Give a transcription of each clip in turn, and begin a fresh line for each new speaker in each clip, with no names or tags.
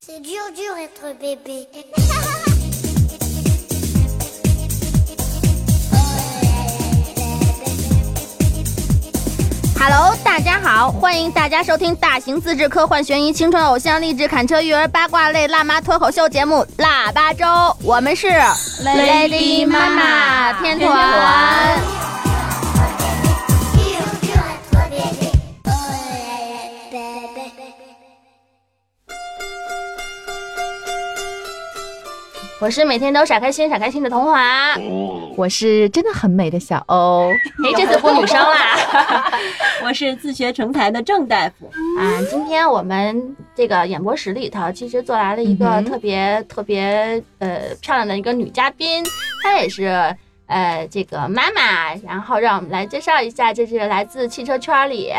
C'est dur, dur être bébé.
Hello，大家好，欢迎大家收听大型自制科幻悬疑青春偶像励志砍车育儿八卦类辣妈脱口秀节目《腊八粥》，我们是
Lady 妈妈
天
天团
团。
Dur, dur être bébé. Oh là là, bébé.
我是每天都傻开心傻开心的童华。哎，
我是真的很美的小 欧，
这次不女生啊啦。
我是自学成才的郑大夫，
啊，今天我们这个演播室里头，其实做来了一个
嗯哼
特别、特别呃漂亮的一个女嘉宾，她也是呃这个妈妈，然后让我们来介绍一下，这是来自汽车圈里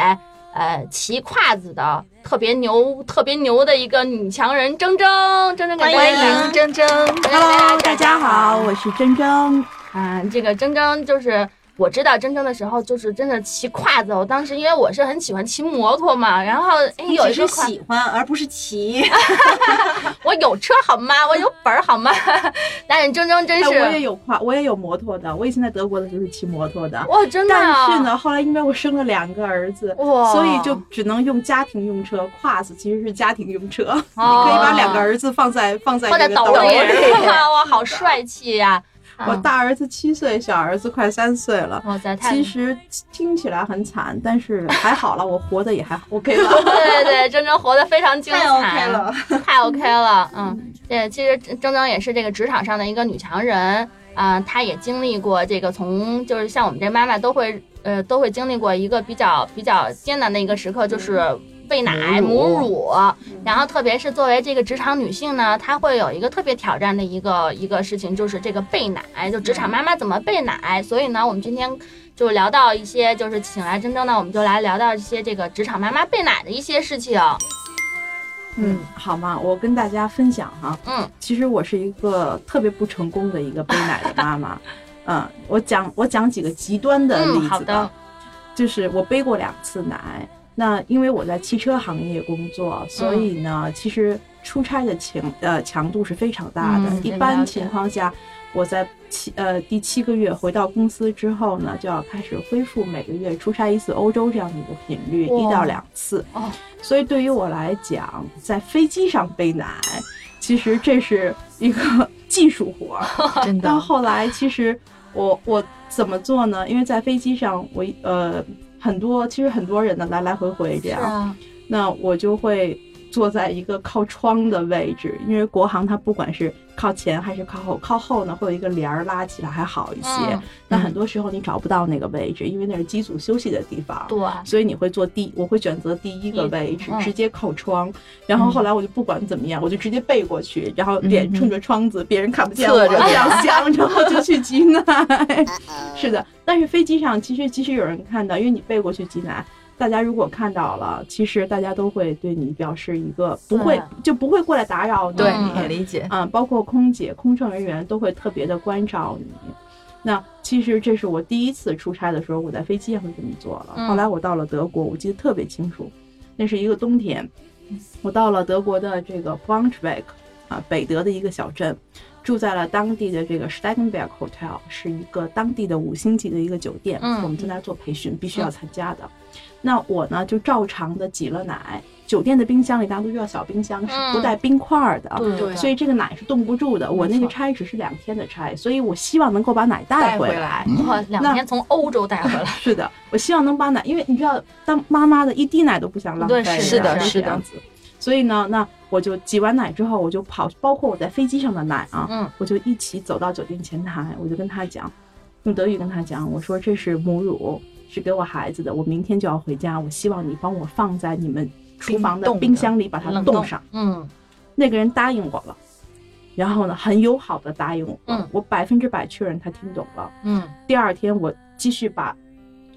呃骑胯子的特别牛、特别牛的一个女强人铮铮，铮铮给大家
欢
打个
迎
铮铮。
招呼
Hello，大家好，我是铮铮。
啊，这个铮铮就是我知道铮铮的时候，就是真的骑胯子。我当时因为我是很喜欢骑摩托嘛，然后哎
你
有一
只
个
是
胯，
喜欢而不是 骑，
我有车好吗？我有本儿好吗？ 但是铮铮真
哎，
是，
我也有跨，我也有摩托的。我以前在德国的时候是骑摩托的，
哇，真的、啊，
但是，呢，后来因为我生了两个儿子，
哇，
所以就只能用家庭用车。跨子其实是家庭用车，你
哦
可以把两个儿子放在放在
放在
这个
斗
斗
里，
里。
哇，好帅气呀、
我
啊！
大儿子七岁，小儿子快三岁了。
哇塞，太
其实听起来很惨，但是还好了，我活得也还 OK 了。
对对对，铮铮活得非常精彩，
太 OK 了。
太 OK 了，嗯，对，其实铮铮也是这个职场上的一个女强人啊、她也经历过这个从就是像我们这妈妈都会呃都会经历过一个比较比较艰难的一个时刻，就是喂奶母乳，然后特别是作为这个职场女性呢，她会有一个特别挑战的一个一个事情，就是这个备奶，就职场妈妈怎么备奶，所以呢，我们今天。就聊到一些，就是请来铮铮呢，我们就来聊到一些这个职场妈妈备奶的一些事情。
嗯，好嘛，我跟大家分享哈、
嗯，
其实我是一个特别不成功的一个背奶的妈妈。嗯，我讲我讲几个极端的
嗯
例子吧，
好的
就是我背过两次奶。那因为我在汽车行业工作，所
嗯
以呢，其实出差的强呃强度是非常大的。
嗯
一
了
般
解
情况下，我在七呃第七个月回到公司之后呢，就要开始恢复每个月出差一次欧洲这样的一个频率，
哇
一到两次。
哦
所以对于我来讲，在飞机上背奶，其实这是一个 技术活儿。
真
到
的，
后来，其实我我怎么做呢？因为在飞机上，我呃很多其实很多人呢来来回回这
是
样，
啊，
那我就会坐在一个靠窗的位置，因为国航它不管是靠前还是靠后，靠后呢会有一个帘儿拉起来还好一些
嗯。
那、很多时候你找不到那个位置，因为那是机组休息的地方。
对，
所以你会坐第，我会选择第一个位置，
嗯
直接靠窗。然后后来我就不管怎么样，我就直接背过去，然后脸冲着窗子，别人看不见我，
侧着
这样想，然后就去挤奶。 是的，但是飞机上其实即使有人看到，因为你背过去挤奶。大家如果看到了，其实大家都会对你表示一个不会就不会过来打扰你，
对，
嗯
很理解。
啊，包括空姐、空乘人员都会特别的关照你。那其实这是我第一次出差的时候，我在飞机上会这么做了。
嗯
后来我到了德国，我记得特别清楚，那是一个冬天，我到了德国的这个 Braunschweig 啊，北德的一个小镇，住在了当地的这个 Steigenberg Hotel，是一个当地的五星级的一个酒店。
嗯
我们在那儿做培训，必须要参加的。那我呢就照常的挤了奶，酒店的冰箱里大家都知道小冰箱是不
嗯
带冰块儿的，
对
对
嗯所以这个奶是冻不住的。我那个差只是两天的差，所以我希望能够把奶带
带
回嗯
回来。
哇，两
那
天从欧洲带回来，
是的，我希望能把奶，因为你知道，当妈妈的一滴奶都不想浪费，
对
是的
然后
是的
这样子。所以呢，那我就挤完奶之后，我就跑，包括我在飞机上的奶啊，
嗯，
我就一起走到酒店前台，我就跟他讲，用德语跟他讲，我说这是母乳，是给我孩子的，我明天就要回家，我希望你帮我放在你们厨房
冰
的
冻的
冰箱里，把它
冷冻
冻上。
嗯，
那个人答应我了，然后呢，很友好的答应我了，
嗯
我百分之百确认他听懂了。
嗯
第二天我继续把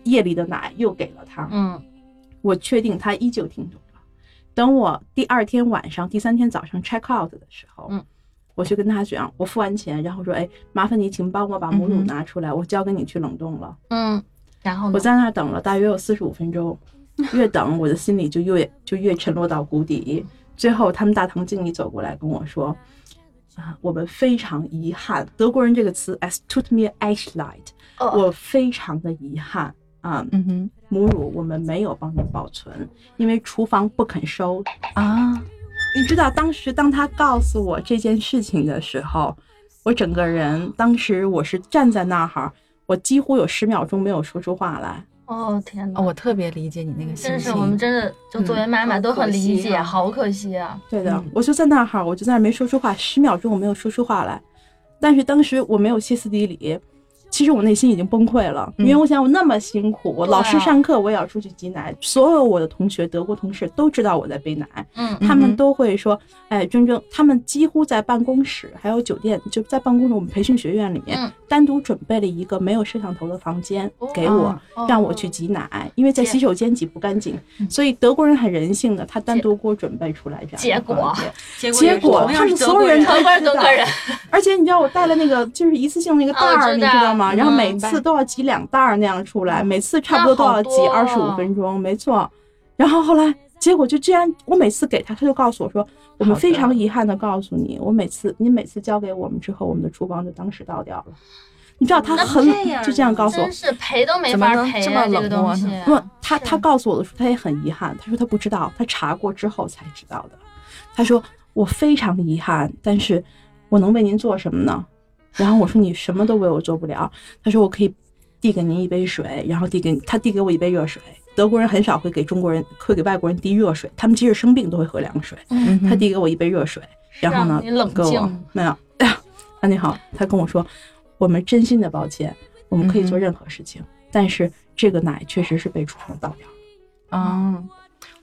夜里的奶又给了他，
嗯，
我确定他依旧听懂了。等我第二天晚上、第三天早上 check out 的时候，
嗯
我去跟他讲，我付完钱，然后说，哎，麻烦你请帮我把母乳
嗯哼
拿出来，我交给你去冷冻了。
嗯，然后呢
我？在那儿等了大约有四十五分钟，越等我的心里就越就越沉落到谷底。最后他们大堂经理走过来跟我说：“啊，我们非常遗憾，德国人这个词 “es tut mir echt leid”，、
哦
我非常的遗憾啊，
嗯哼
母乳我们没有帮您保存，因为厨房不肯收。
啊，
你知道，当时当他告诉我这件事情的时候，我整个人当时我是站在那儿哈，我几乎有十秒钟没有说出话来。
哦天哪！
哦我特别理解你那个心
嗯
情。
真是
嗯
我们真的就作为妈妈都很理解，好可惜啊！
对的，
嗯
我就在那儿哈，我就在那儿没说出话，十秒钟我没有说出话来。但是当时我没有歇斯底里，其实我内心已经崩溃了，
嗯
因为我想我那么辛苦，我
对啊
老师上课我也要出去挤奶，所有我的同学德国同事都知道我在背奶，
嗯
他
嗯
们
哼
都会说，哎，真正他们几乎在办公室还有酒店，就在办公室我们培训学院里面、
嗯
单独准备了一个没有摄像头的房间
哦
给我，
哦嗯
让我去挤奶，因为在洗手间挤不干净，所以德国人很人性的，他单独给我准备出来这样的
结果
房
结
间结果
同
他
样
们
是
所有人都
德国人，
知
德
道
国人，
而且你知道我带了那个就是一次性那个袋
哦
儿，
知
你
道
知道吗？
嗯
然后每
明
次
白嗯
都要挤两袋儿那样出来，每次差不多都要挤
那好
二十
多
五
哦
分钟，没错。然后后来结果就这样，我每次给他，他就告诉我说，我们
好的
非常遗憾的告诉你，我每次你每次交给我们之后，我们的厨房就当时倒掉了。你知道他
那
很
这
啊
样
就这 样告诉我
真，是赔都没法赔啊！这个东西，
不，他
是
他告诉我的时候，他也很遗憾，他说他不知道，他查过之后才知道的。他说我非常遗憾，但是我能为您做什么呢？然后我说你什么都为我做不了。他说我可以递给您一杯水，然后递给他递给我一杯热水。德国人很少会给中国人会给外国人递热水，他们即使生病都会喝凉水。
嗯哼
他递给我一杯热水，然后呢
让你冷
给我
静
没有。哎呀，安妮好，他跟我说，我们真心的抱歉，我们可以
嗯哼
做任何事情，但是这个奶确实是被厨房倒掉了。
啊，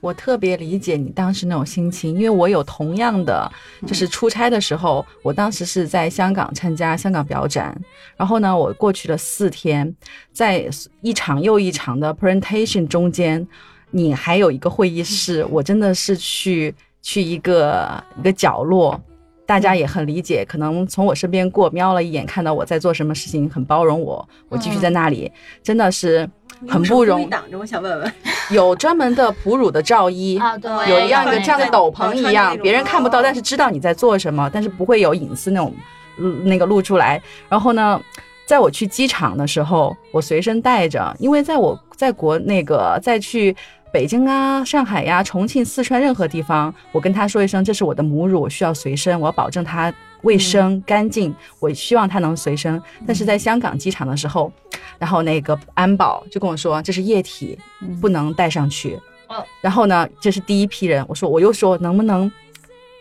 我特别理解你当时那种心情，因为我有同样的，就是出差的时候，我当时是在香港参加香港表展，然后呢，我过去了四天，在一场又一场的 presentation 中间，你还有一个会议室，我真的是去去一个一个角落。大家也很理解，可能从我身边过，瞄了一眼，看到我在做什么事情，很包容我。我继续在那里，真的是很不容易。
挡着，我想问问，
有专门的哺乳的罩衣，
啊，对，
对
有一样
对
跟像个
对
斗篷一
哦穿那
样，
种
别人看不到，但是知道你在做什么，但是不会有隐私那种，嗯那个露出来。然后呢，在我去机场的时候，我随身带着，因为在我在国那个再去。北京啊，上海呀、重庆、四川任何地方，我跟他说一声，这是我的母乳，我需要随身，我要保证它
嗯
卫生、干净，我希望它能随身。但是在香港机场的时候，然后那个安保就跟我说，这是液体，
嗯
不能带上去。然后呢，这是第一批人，我说我又说能不能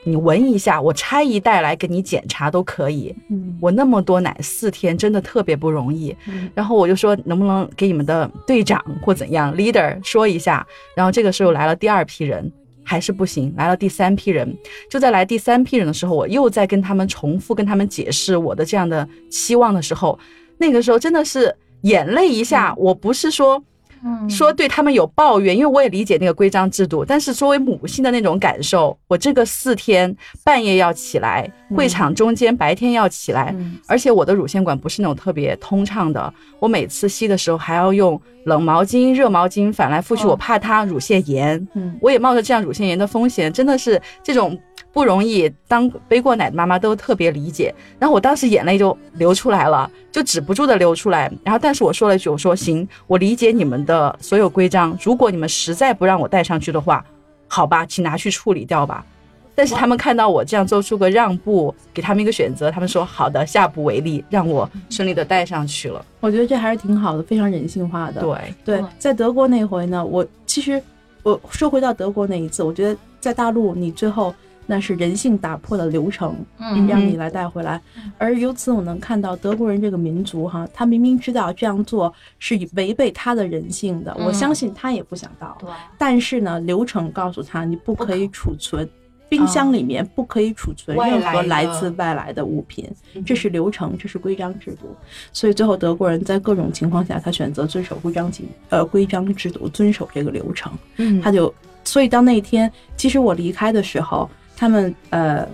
你闻一下，我拆一袋来给你检查都可以。
嗯，
我那么多奶，四天真的特别不容易。
嗯
然后我就说能不能给你们的队长或怎样 leader 说一下。然后这个时候来了第二批人。还是不行，来了第三批人，就在来第三批人的时候，我又在跟他们重复跟他们解释我的这样的期望的时候，那个时候真的是眼泪一下，我不是说
嗯
说对他们有抱怨，因为我也理解那个规章制度，但是作为母性的那种感受，我这个四天半夜要起来，
嗯
会场中间白天要起来，而且我的乳腺管不是那种特别通畅的，我每次吸的时候还要用冷毛巾、热毛巾反来覆去，
哦
我怕它乳腺炎，
嗯
我也冒着这样乳腺炎的风险，真的是这种不容易，当背过奶的妈妈都特别理解。然后我当时眼泪就流出来了，就止不住的流出来。然后但是我说了一句，我说行，我理解你们的所有规章，如果你们实在不让我带上去的话，好吧，请拿去处理掉吧。但是他们看到我这样做出个让步，给他们一个选择，他们说好的，下不为例，让我顺利的带上去了。
我觉得这还是挺好的，非常人性化的。
对，
对
嗯，
在德国那回呢，我其实我说回到德国那一次，我觉得在大陆你最后那是人性打破了流程，
嗯
让你来带回来。而由此我能看到德国人这个民族哈，他明明知道这样做是违背他的人性的，
嗯
我相信他也不想到。
对，
但是呢，流程告诉他你不可以储存，冰箱里面不可以储存
哦外
任何
来
来
的嗯
自外来的物品，这是流程，这是规章制度。所以最后德国人在各种情况下，他选择遵守规章制呃规章制度，遵守这个流程。
嗯
他就，所以到那一天，其实我离开的时候，他们呃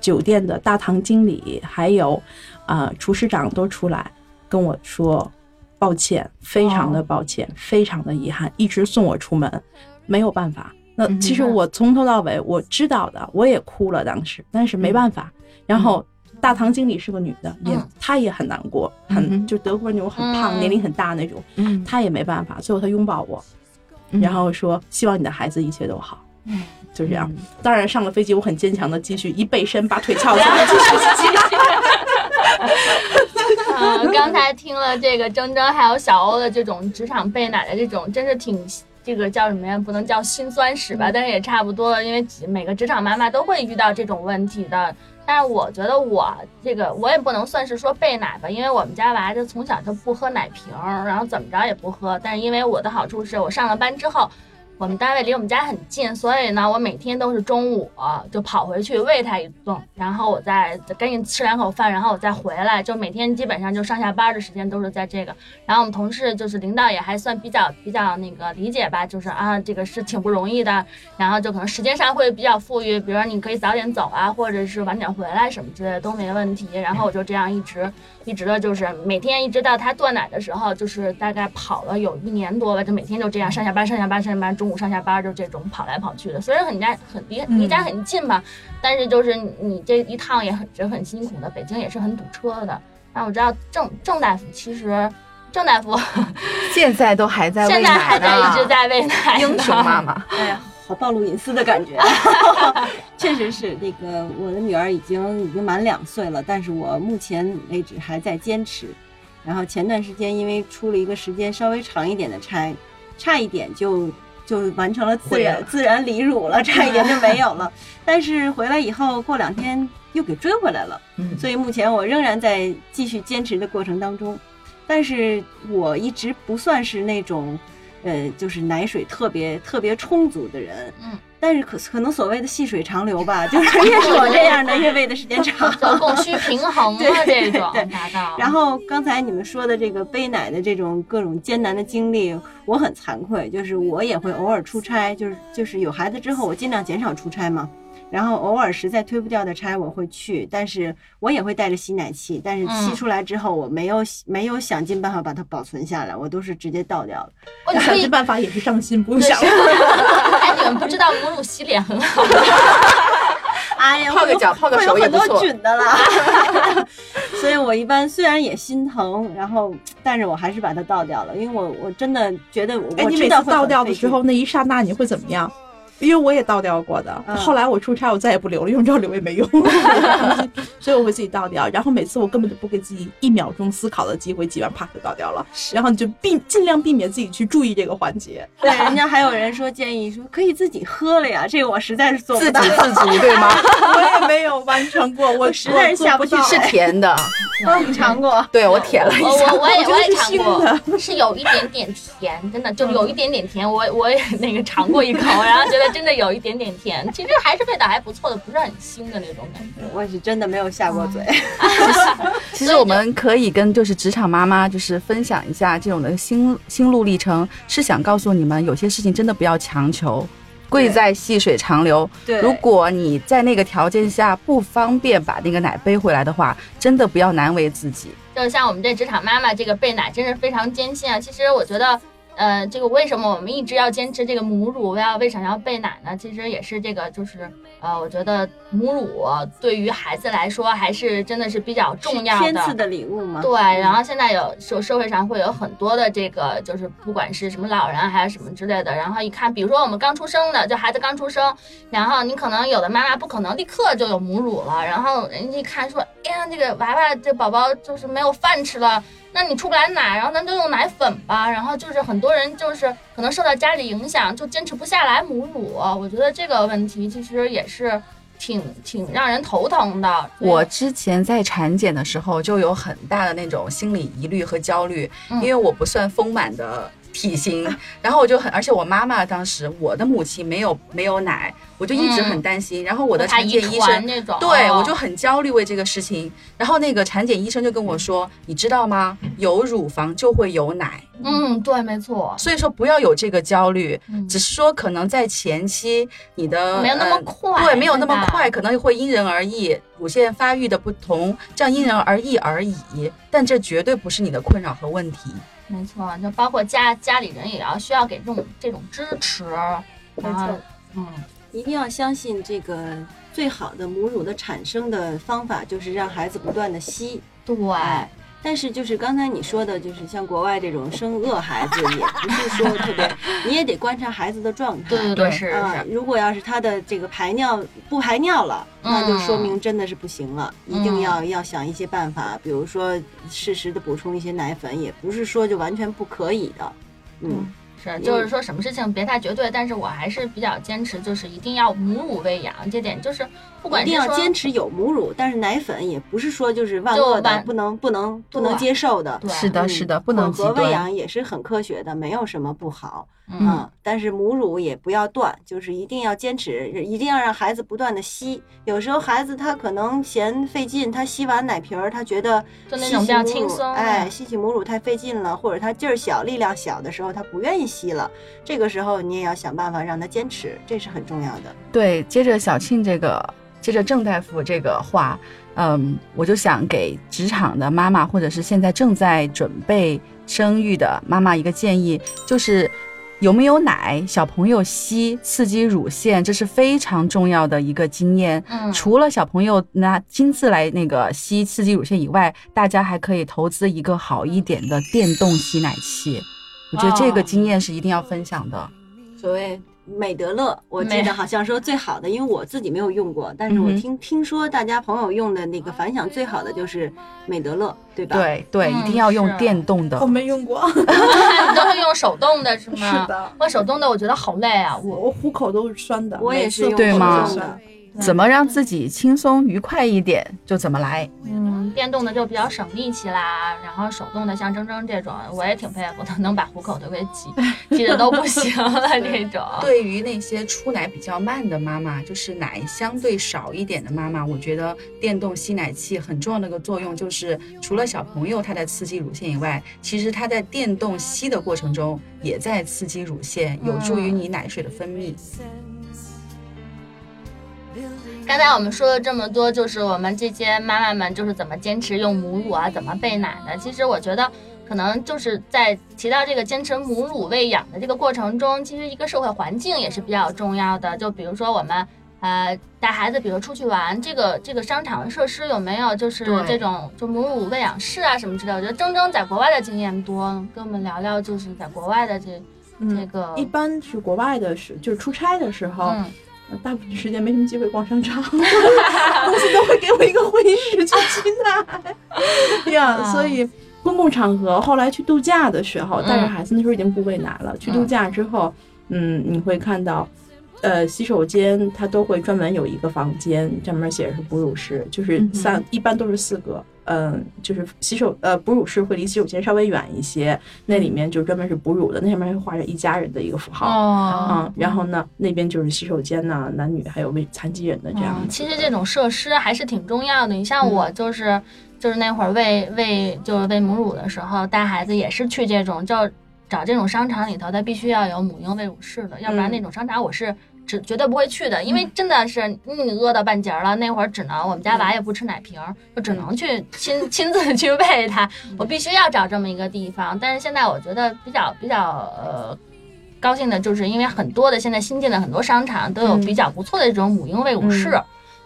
酒店的大堂经理还有啊、呃厨师长都出来跟我说
哦
抱歉，非常的抱歉，非常的遗憾，一直送我出门，没有办法，那
嗯哼
其实我从头到尾我知道的，我也哭了当时，但是没办法。然后大堂经理是个女的，也
嗯
她也很难过，
嗯
很
哼
就德国那种很胖、
嗯
年龄很大那种，
嗯，
她也没办法。最后她拥抱我，
嗯
然后说希望你的孩子一切都好。
嗯
就这样，当然上了飞机，我很坚强的继续一背身，把腿翘 起来，继续
嗯，刚才听了这个铮铮还有小欧的这种职场背奶的这种，真是挺这个叫什么呀？不能叫辛酸史吧，但是也差不多了，因为每个职场妈妈都会遇到这种问题的。但是我觉得我这个我也不能算是说背奶吧，因为我们家娃就从小就不喝奶瓶儿，然后怎么着也不喝。但是因为我的好处是我上了班之后，我们单位离我们家很近，所以呢，我每天都是中午啊就跑回去喂它一顿，然后我再赶紧吃两口饭，然后我再回来，就每天基本上就上下班的时间都是在这个。然后我们同事就是领导也还算比较比较那个理解吧，就是啊这个是挺不容易的，然后就可能时间上会比较富裕，比如说你可以早点走啊，或者是晚点回来什么之类的都没问题。然后我就这样一直一直的就是每天一直到他断奶的时候，就是大概跑了有一年多吧，就每天就这样上下班上下班上下班，中午上下班就这种跑来跑去的。虽然很家很离离家很近吧，但是就是你你这一趟也很也很辛苦的，北京也是很堵车的。那我知道郑郑大夫其实郑大夫
现在都还在喂
现在还
奶
在一
呢，
直在喂奶呢，
英雄妈妈，
哎呀， 好暴露隐私的感觉，确实是那个我的女儿已经已经满两岁了，但是我目前为止还在坚持。然后前段时间因为出了一个时间稍微长一点的差，差一点就就完成了自
毁
然
了
自然离乳了，差一点就没有了。但是回来以后过两天又给追回来了。
嗯
所以目前我仍然在继续坚持的过程当中，但是我一直不算是那种，呃，就是奶水特别特别充足的人，
嗯，
但是可可能所谓的细水长流吧，就是越是我这样的，越喂的时间长。
就供需平衡的这
对
种
对
达到。
然后刚才你们说的这个背奶的这种各种艰难的经历，我很惭愧，就是我也会偶尔出差，就是就是有孩子之后，我尽量减少出差嘛。然后偶尔实在推不掉的差，我会去，但是我也会带着吸奶器，但是吸
嗯
出来之后，我没有没有想尽办法把它保存下来，我都是直接倒掉了。
哦，你可
想
以
尽办法也是上心，不用
对
想。
哎，你们不知道母乳洗脸很好，
哎呀，
泡个
我有
脚泡个
会
手
有
也
很
不
多
错
菌的啦。 所以我一般虽然也心疼，然后但是我还是把它倒掉了，因为我我真的觉得我
哎，
我
你
知
每
道
次
会
倒
很
掉的
费
时
劲
候，那一刹那你会怎么样？因为我也倒掉过的，
嗯
后来我出差我再也不留了，因为我知道留 也没用，所以我会自己倒掉。然后每次我根本就不给自己一秒钟思考的机会，基本上啪就倒掉了。然后你就避尽量避免自己去注意这个环节。
对，人家还有人说建议说可以自己喝了呀，这个我实在是做不
自
到
给。自足对吗？
我也没有完成过，我
实在是
做
下不去
到
是
是甜的，
你 尝过？
对我舔了 一
我
下，
我我也
我
我
觉
也
得是
尝过，是有一点点甜，真的就有一点点甜。我我也 那个尝过一口，然后觉得真的有一点点甜，其实还是味道还不错的，不是很腥的那种感觉。
我是真的没有下过嘴。
其实我们可以跟就是职场妈妈就是分享一下这种的心心路历程，是想告诉你们有些事情真的不要强求，贵在细水长流。
对
如果你在那个条件下不方便把那个奶背回来的话，真的不要难为自己。
就像我们这职场妈妈这个备奶真是非常艰辛啊。其实我觉得，呃，这个为什么我们一直要坚持这个母乳要为什么要备奶呢？其实也是这个，就是呃，我觉得母乳对于孩子来说还是真的是比较重要
天赐的礼物吗？
对，然后现在有社社会上会有很多的这个，就是不管是什么老人啊还是什么之类的，然后一看，比如说我们刚出生的，就孩子刚出生，然后你可能有的妈妈不可能立刻就有母乳了，然后人家一看说，哎呀，这个娃娃这宝宝就是没有饭吃了。那你出不来奶，然后咱就用奶粉吧。然后就是很多人就是可能受到家里影响，就坚持不下来母乳。我觉得这个问题其实也是挺挺让人头疼的。
我之前在产检的时候就有很大的那种心理疑虑和焦虑，
嗯
因为我不算丰满的体型，然后我就很，而且我妈妈当时我的母亲没有没有奶，我就一直很担心。然后我
我
的产检医生
那种，
对，
哦
我就很焦虑为这个事情。然后那个产检医生就跟我说：“你知道吗？有乳房就会有奶，
嗯，对，没错，
所以说不要有这个焦虑，
嗯
只是说可能在前期你的
没有那么
呃
快，
对，没有那么
真的
快，。可能会因人而异，乳腺发育的不同，这样因人而异而已。但这绝对不是你的困扰和问题。
没错，就包括家家里人也要需要给这种这种支持，
没
然后
错
嗯，
一定要相信这个最好的母乳的产生的方法就是让孩子不断的吸。
对，
嗯
哎但是就是刚才你说的，就是像国外这种生饿孩子，也不是说特别，你也得观察孩子的状态。
对对
对嗯
是
啊、
是，
如果要是他的这个排尿不排尿了，那就说明真的是不行了，一定要要想一些办法，比如说适时的补充一些奶粉，也不是说就完全不可以的。嗯，
是就是说什么事情别太绝对，但是我还是比较坚持，就是一定要母乳喂养这点，就是不管
一
是
定要
说
坚持有母乳，但是奶粉也不是说就是万
就
恶的
万，
不能不能不能
对
接受的。
对
是的，
嗯
是的，不能极
混合喂
端。
养也是很科学的，没有什么不好。
嗯，
嗯，但是母乳也不要断，就是一定要坚持，一定要让孩子不断的吸。有时候孩子他可能嫌费劲，他吸完奶瓶儿，他觉得
就那
吸
种比
起
较
母
轻
乳
松啊
哎，
的
吸起母乳太费劲了，或者他劲儿小、力量小的时候，他不愿意吸了。这个时候你也要想办法让他坚持，这是很重要的。
对，接着小庆这个，接着郑大夫这个话，嗯，我就想给职场的妈妈，或者是现在正在准备生育的妈妈一个建议，就是有没有奶，小朋友吸，刺激乳腺，这是非常重要的一个经验。
嗯
除了小朋友拿亲自来那个吸刺激乳腺以外，大家还可以投资一个好一点的电动吸奶器。我觉得这个
哦
经验是一定要分享的。
所谓美德乐，我记
美
得好像说最好的，因为我自己没有用过，但是我
嗯哼
听、听说大家朋友用的那个反响最好的就是美德乐，对吧？。
对对，一
嗯
定要用
是
电动的。
我没用过，
你都会用手动的是吗？
是，的，
我手动的我觉得好累啊，我
我虎口都是酸的，
我也
每
是用
次虎口
对吗
都
手
是
动
酸
的
怎么让自己轻松愉快一点，就怎么来。
嗯，电动的就比较省力气啦，然后手动的像铮铮这种，我也挺佩服的，能把虎口都给挤挤的都不行了这种。
对于那些出奶比较慢的妈妈，就是奶相对少一点的妈妈，我觉得电动吸奶器很重要的一个作用就是，除了小朋友他在刺激乳腺以外，其实他在电动吸的过程中也在刺激乳腺，有助于你奶水的分泌。
刚才我们说了这么多，就是我们这些妈妈们就是怎么坚持用母乳啊，怎么喂奶的。其实我觉得，可能就是在提到这个坚持母乳喂养的这个过程中，其实一个社会环境也是比较重要的。就比如说我们。呃，带孩子，比如出去玩，这个这个商场设施有没有就是
对
这种就母乳喂养室啊什么之类的？我觉得铮铮在国外的经验多，跟我们聊聊就是在国外的这、这
嗯，
个
一般去国外的时，就是出差的时候，
嗯，
大部分时间没什么机会逛商场， 公司都会给我一个会议室去吸奶呀，所以。公共场合，后来去度假的时候，
嗯
带着孩子那时候已经不喂奶了。去度假之后，嗯，你会看到，呃，洗手间它都会专门有一个房间，专门写着是哺乳室，就是
嗯哼
三，一般都是四个，嗯、就是洗手呃哺乳室会离洗手间稍微远一些，那里面就专门是哺乳的，那上面会画着一家人的一个符号，
哦
嗯，然后呢，那边就是洗手间呐、男女还有为残疾人的这样
嗯，
子
其
的、嗯
实这种设施还是挺重要的。你像我就是、就是那会儿喂喂就是喂母乳的时候，带孩子也是去这种叫找这种商场里头，它必须要有母婴喂乳室的，要不然
嗯
那种商场我是。只绝对不会去的，因为真的是你饿到半截儿了，那会儿只能我们
嗯
家娃也不吃奶瓶儿，就只能去亲亲自去喂它。
嗯
我必须要找这么一个地方，但是现在我觉得比较比较呃高兴的就是，因为很多的现在新进的很多商场
嗯
都有比较不错的这种母婴喂乳室。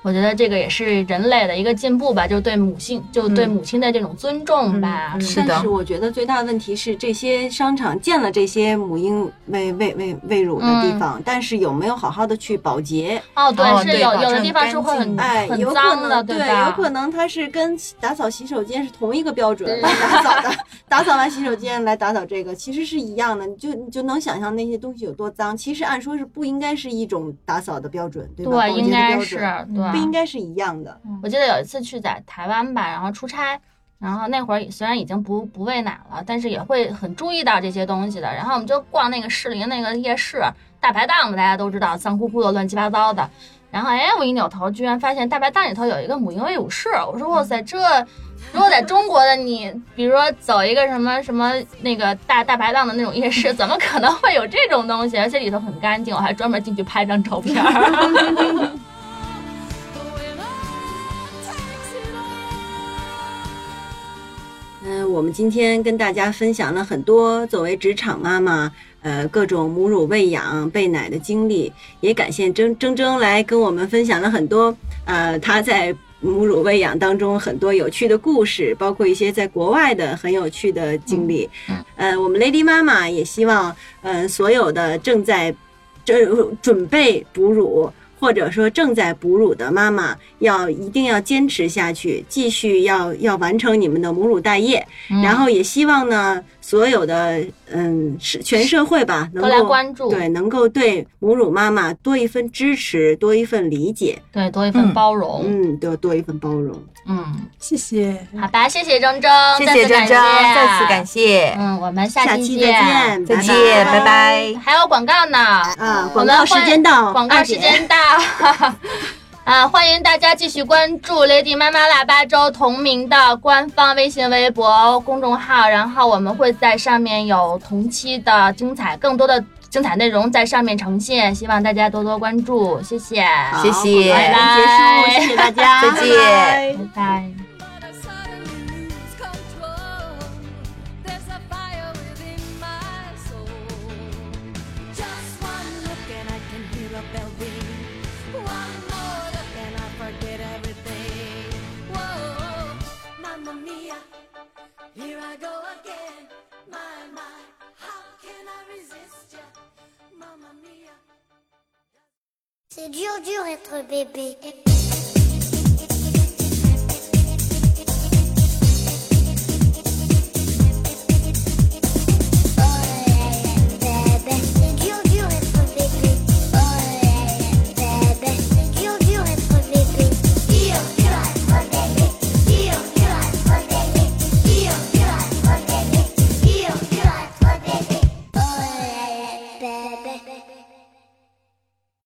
我觉得这个也是人类的一个进步吧，就对母性，就对母亲的这种尊重吧。
嗯嗯
是的
但是我觉得最大的问题是，这些商场建了这些母婴喂喂喂喂乳的
嗯
地方，但是有没有好好的去保洁？
哦，对，
哦
是
对
有
保
有的
证
地方是会
干
很
净
哎，有
很
可
脏的，
能对，
吧？
有可能它是跟打扫洗手间是同一个标准来打扫的， 打扫完洗手间来打扫这个，其实是一样的。你就你就能想象那些东西有多脏。其实按说是不应该是一种打扫的标准，对吧？
对，
保洁
应
的
该
标
是
准
对。
不应该是一样的。
我记得有一次去在台湾吧，然后出差，然后那会儿虽然已经不不喂奶了，但是也会很注意到这些东西的。然后我们就逛那个士林那个夜市大排档嘛，大家都知道脏乎乎的、乱七八糟的。然后哎，我一扭头，居然发现大排档里头有一个母婴喂乳室。我说哇塞，这如果在中国的你，比如说走一个什么什么那个大大排档的那种夜市，怎么可能会有这种东西？而且里头很干净，我还专门进去拍张照片儿。
嗯，我们今天跟大家分享了很多作为职场妈妈，呃各种母乳喂养、喂奶的经历，也感谢铮铮铮来跟我们分享了很多呃他在母乳喂养当中很多有趣的故事，包括一些在国外的很有趣的经历。呃，我们 Lady 妈妈也希望，呃，所有的正在这准备哺乳或者说正在哺乳的妈妈，要一定要坚持下去，继续要要完成你们的母乳大业。
嗯
然后也希望呢，所有的嗯，是全社会吧，能
都来
够
关注，
对能够对母乳妈妈多一份支持，多一份理解，
对多一份
嗯
包容。
嗯，多多一份包容。
嗯，
谢谢。
好吧，谢谢铮铮，
谢
再
谢
次感
铮铮，
谢，
再次感。谢，
嗯，我们
下
期
期再见，
再见，哦
拜
拜拜。
还有广告呢，
啊，
我
广
们
告时
欢
间到，
广告
二
时
姐
间到。 啊，欢迎大家继续关注 Lady 妈妈腊八粥同名的官方微信、微博公众号，然后我们会在上面有同期的精彩、更多的精彩内容在上面呈现，希望大家多多关注，谢谢，
好
谢谢
广告已经结束，谢谢大家，
再见
拜拜
拜拜。
But I suddenly lose control. There's a fire within my soul. Just one look and I can hear a bell ring. One more look and I forget everything. Whoa, Mamma Mia, here I go again. My, my, how can I resist ya? Mamma Mia.
C'est dur, dur être bébé.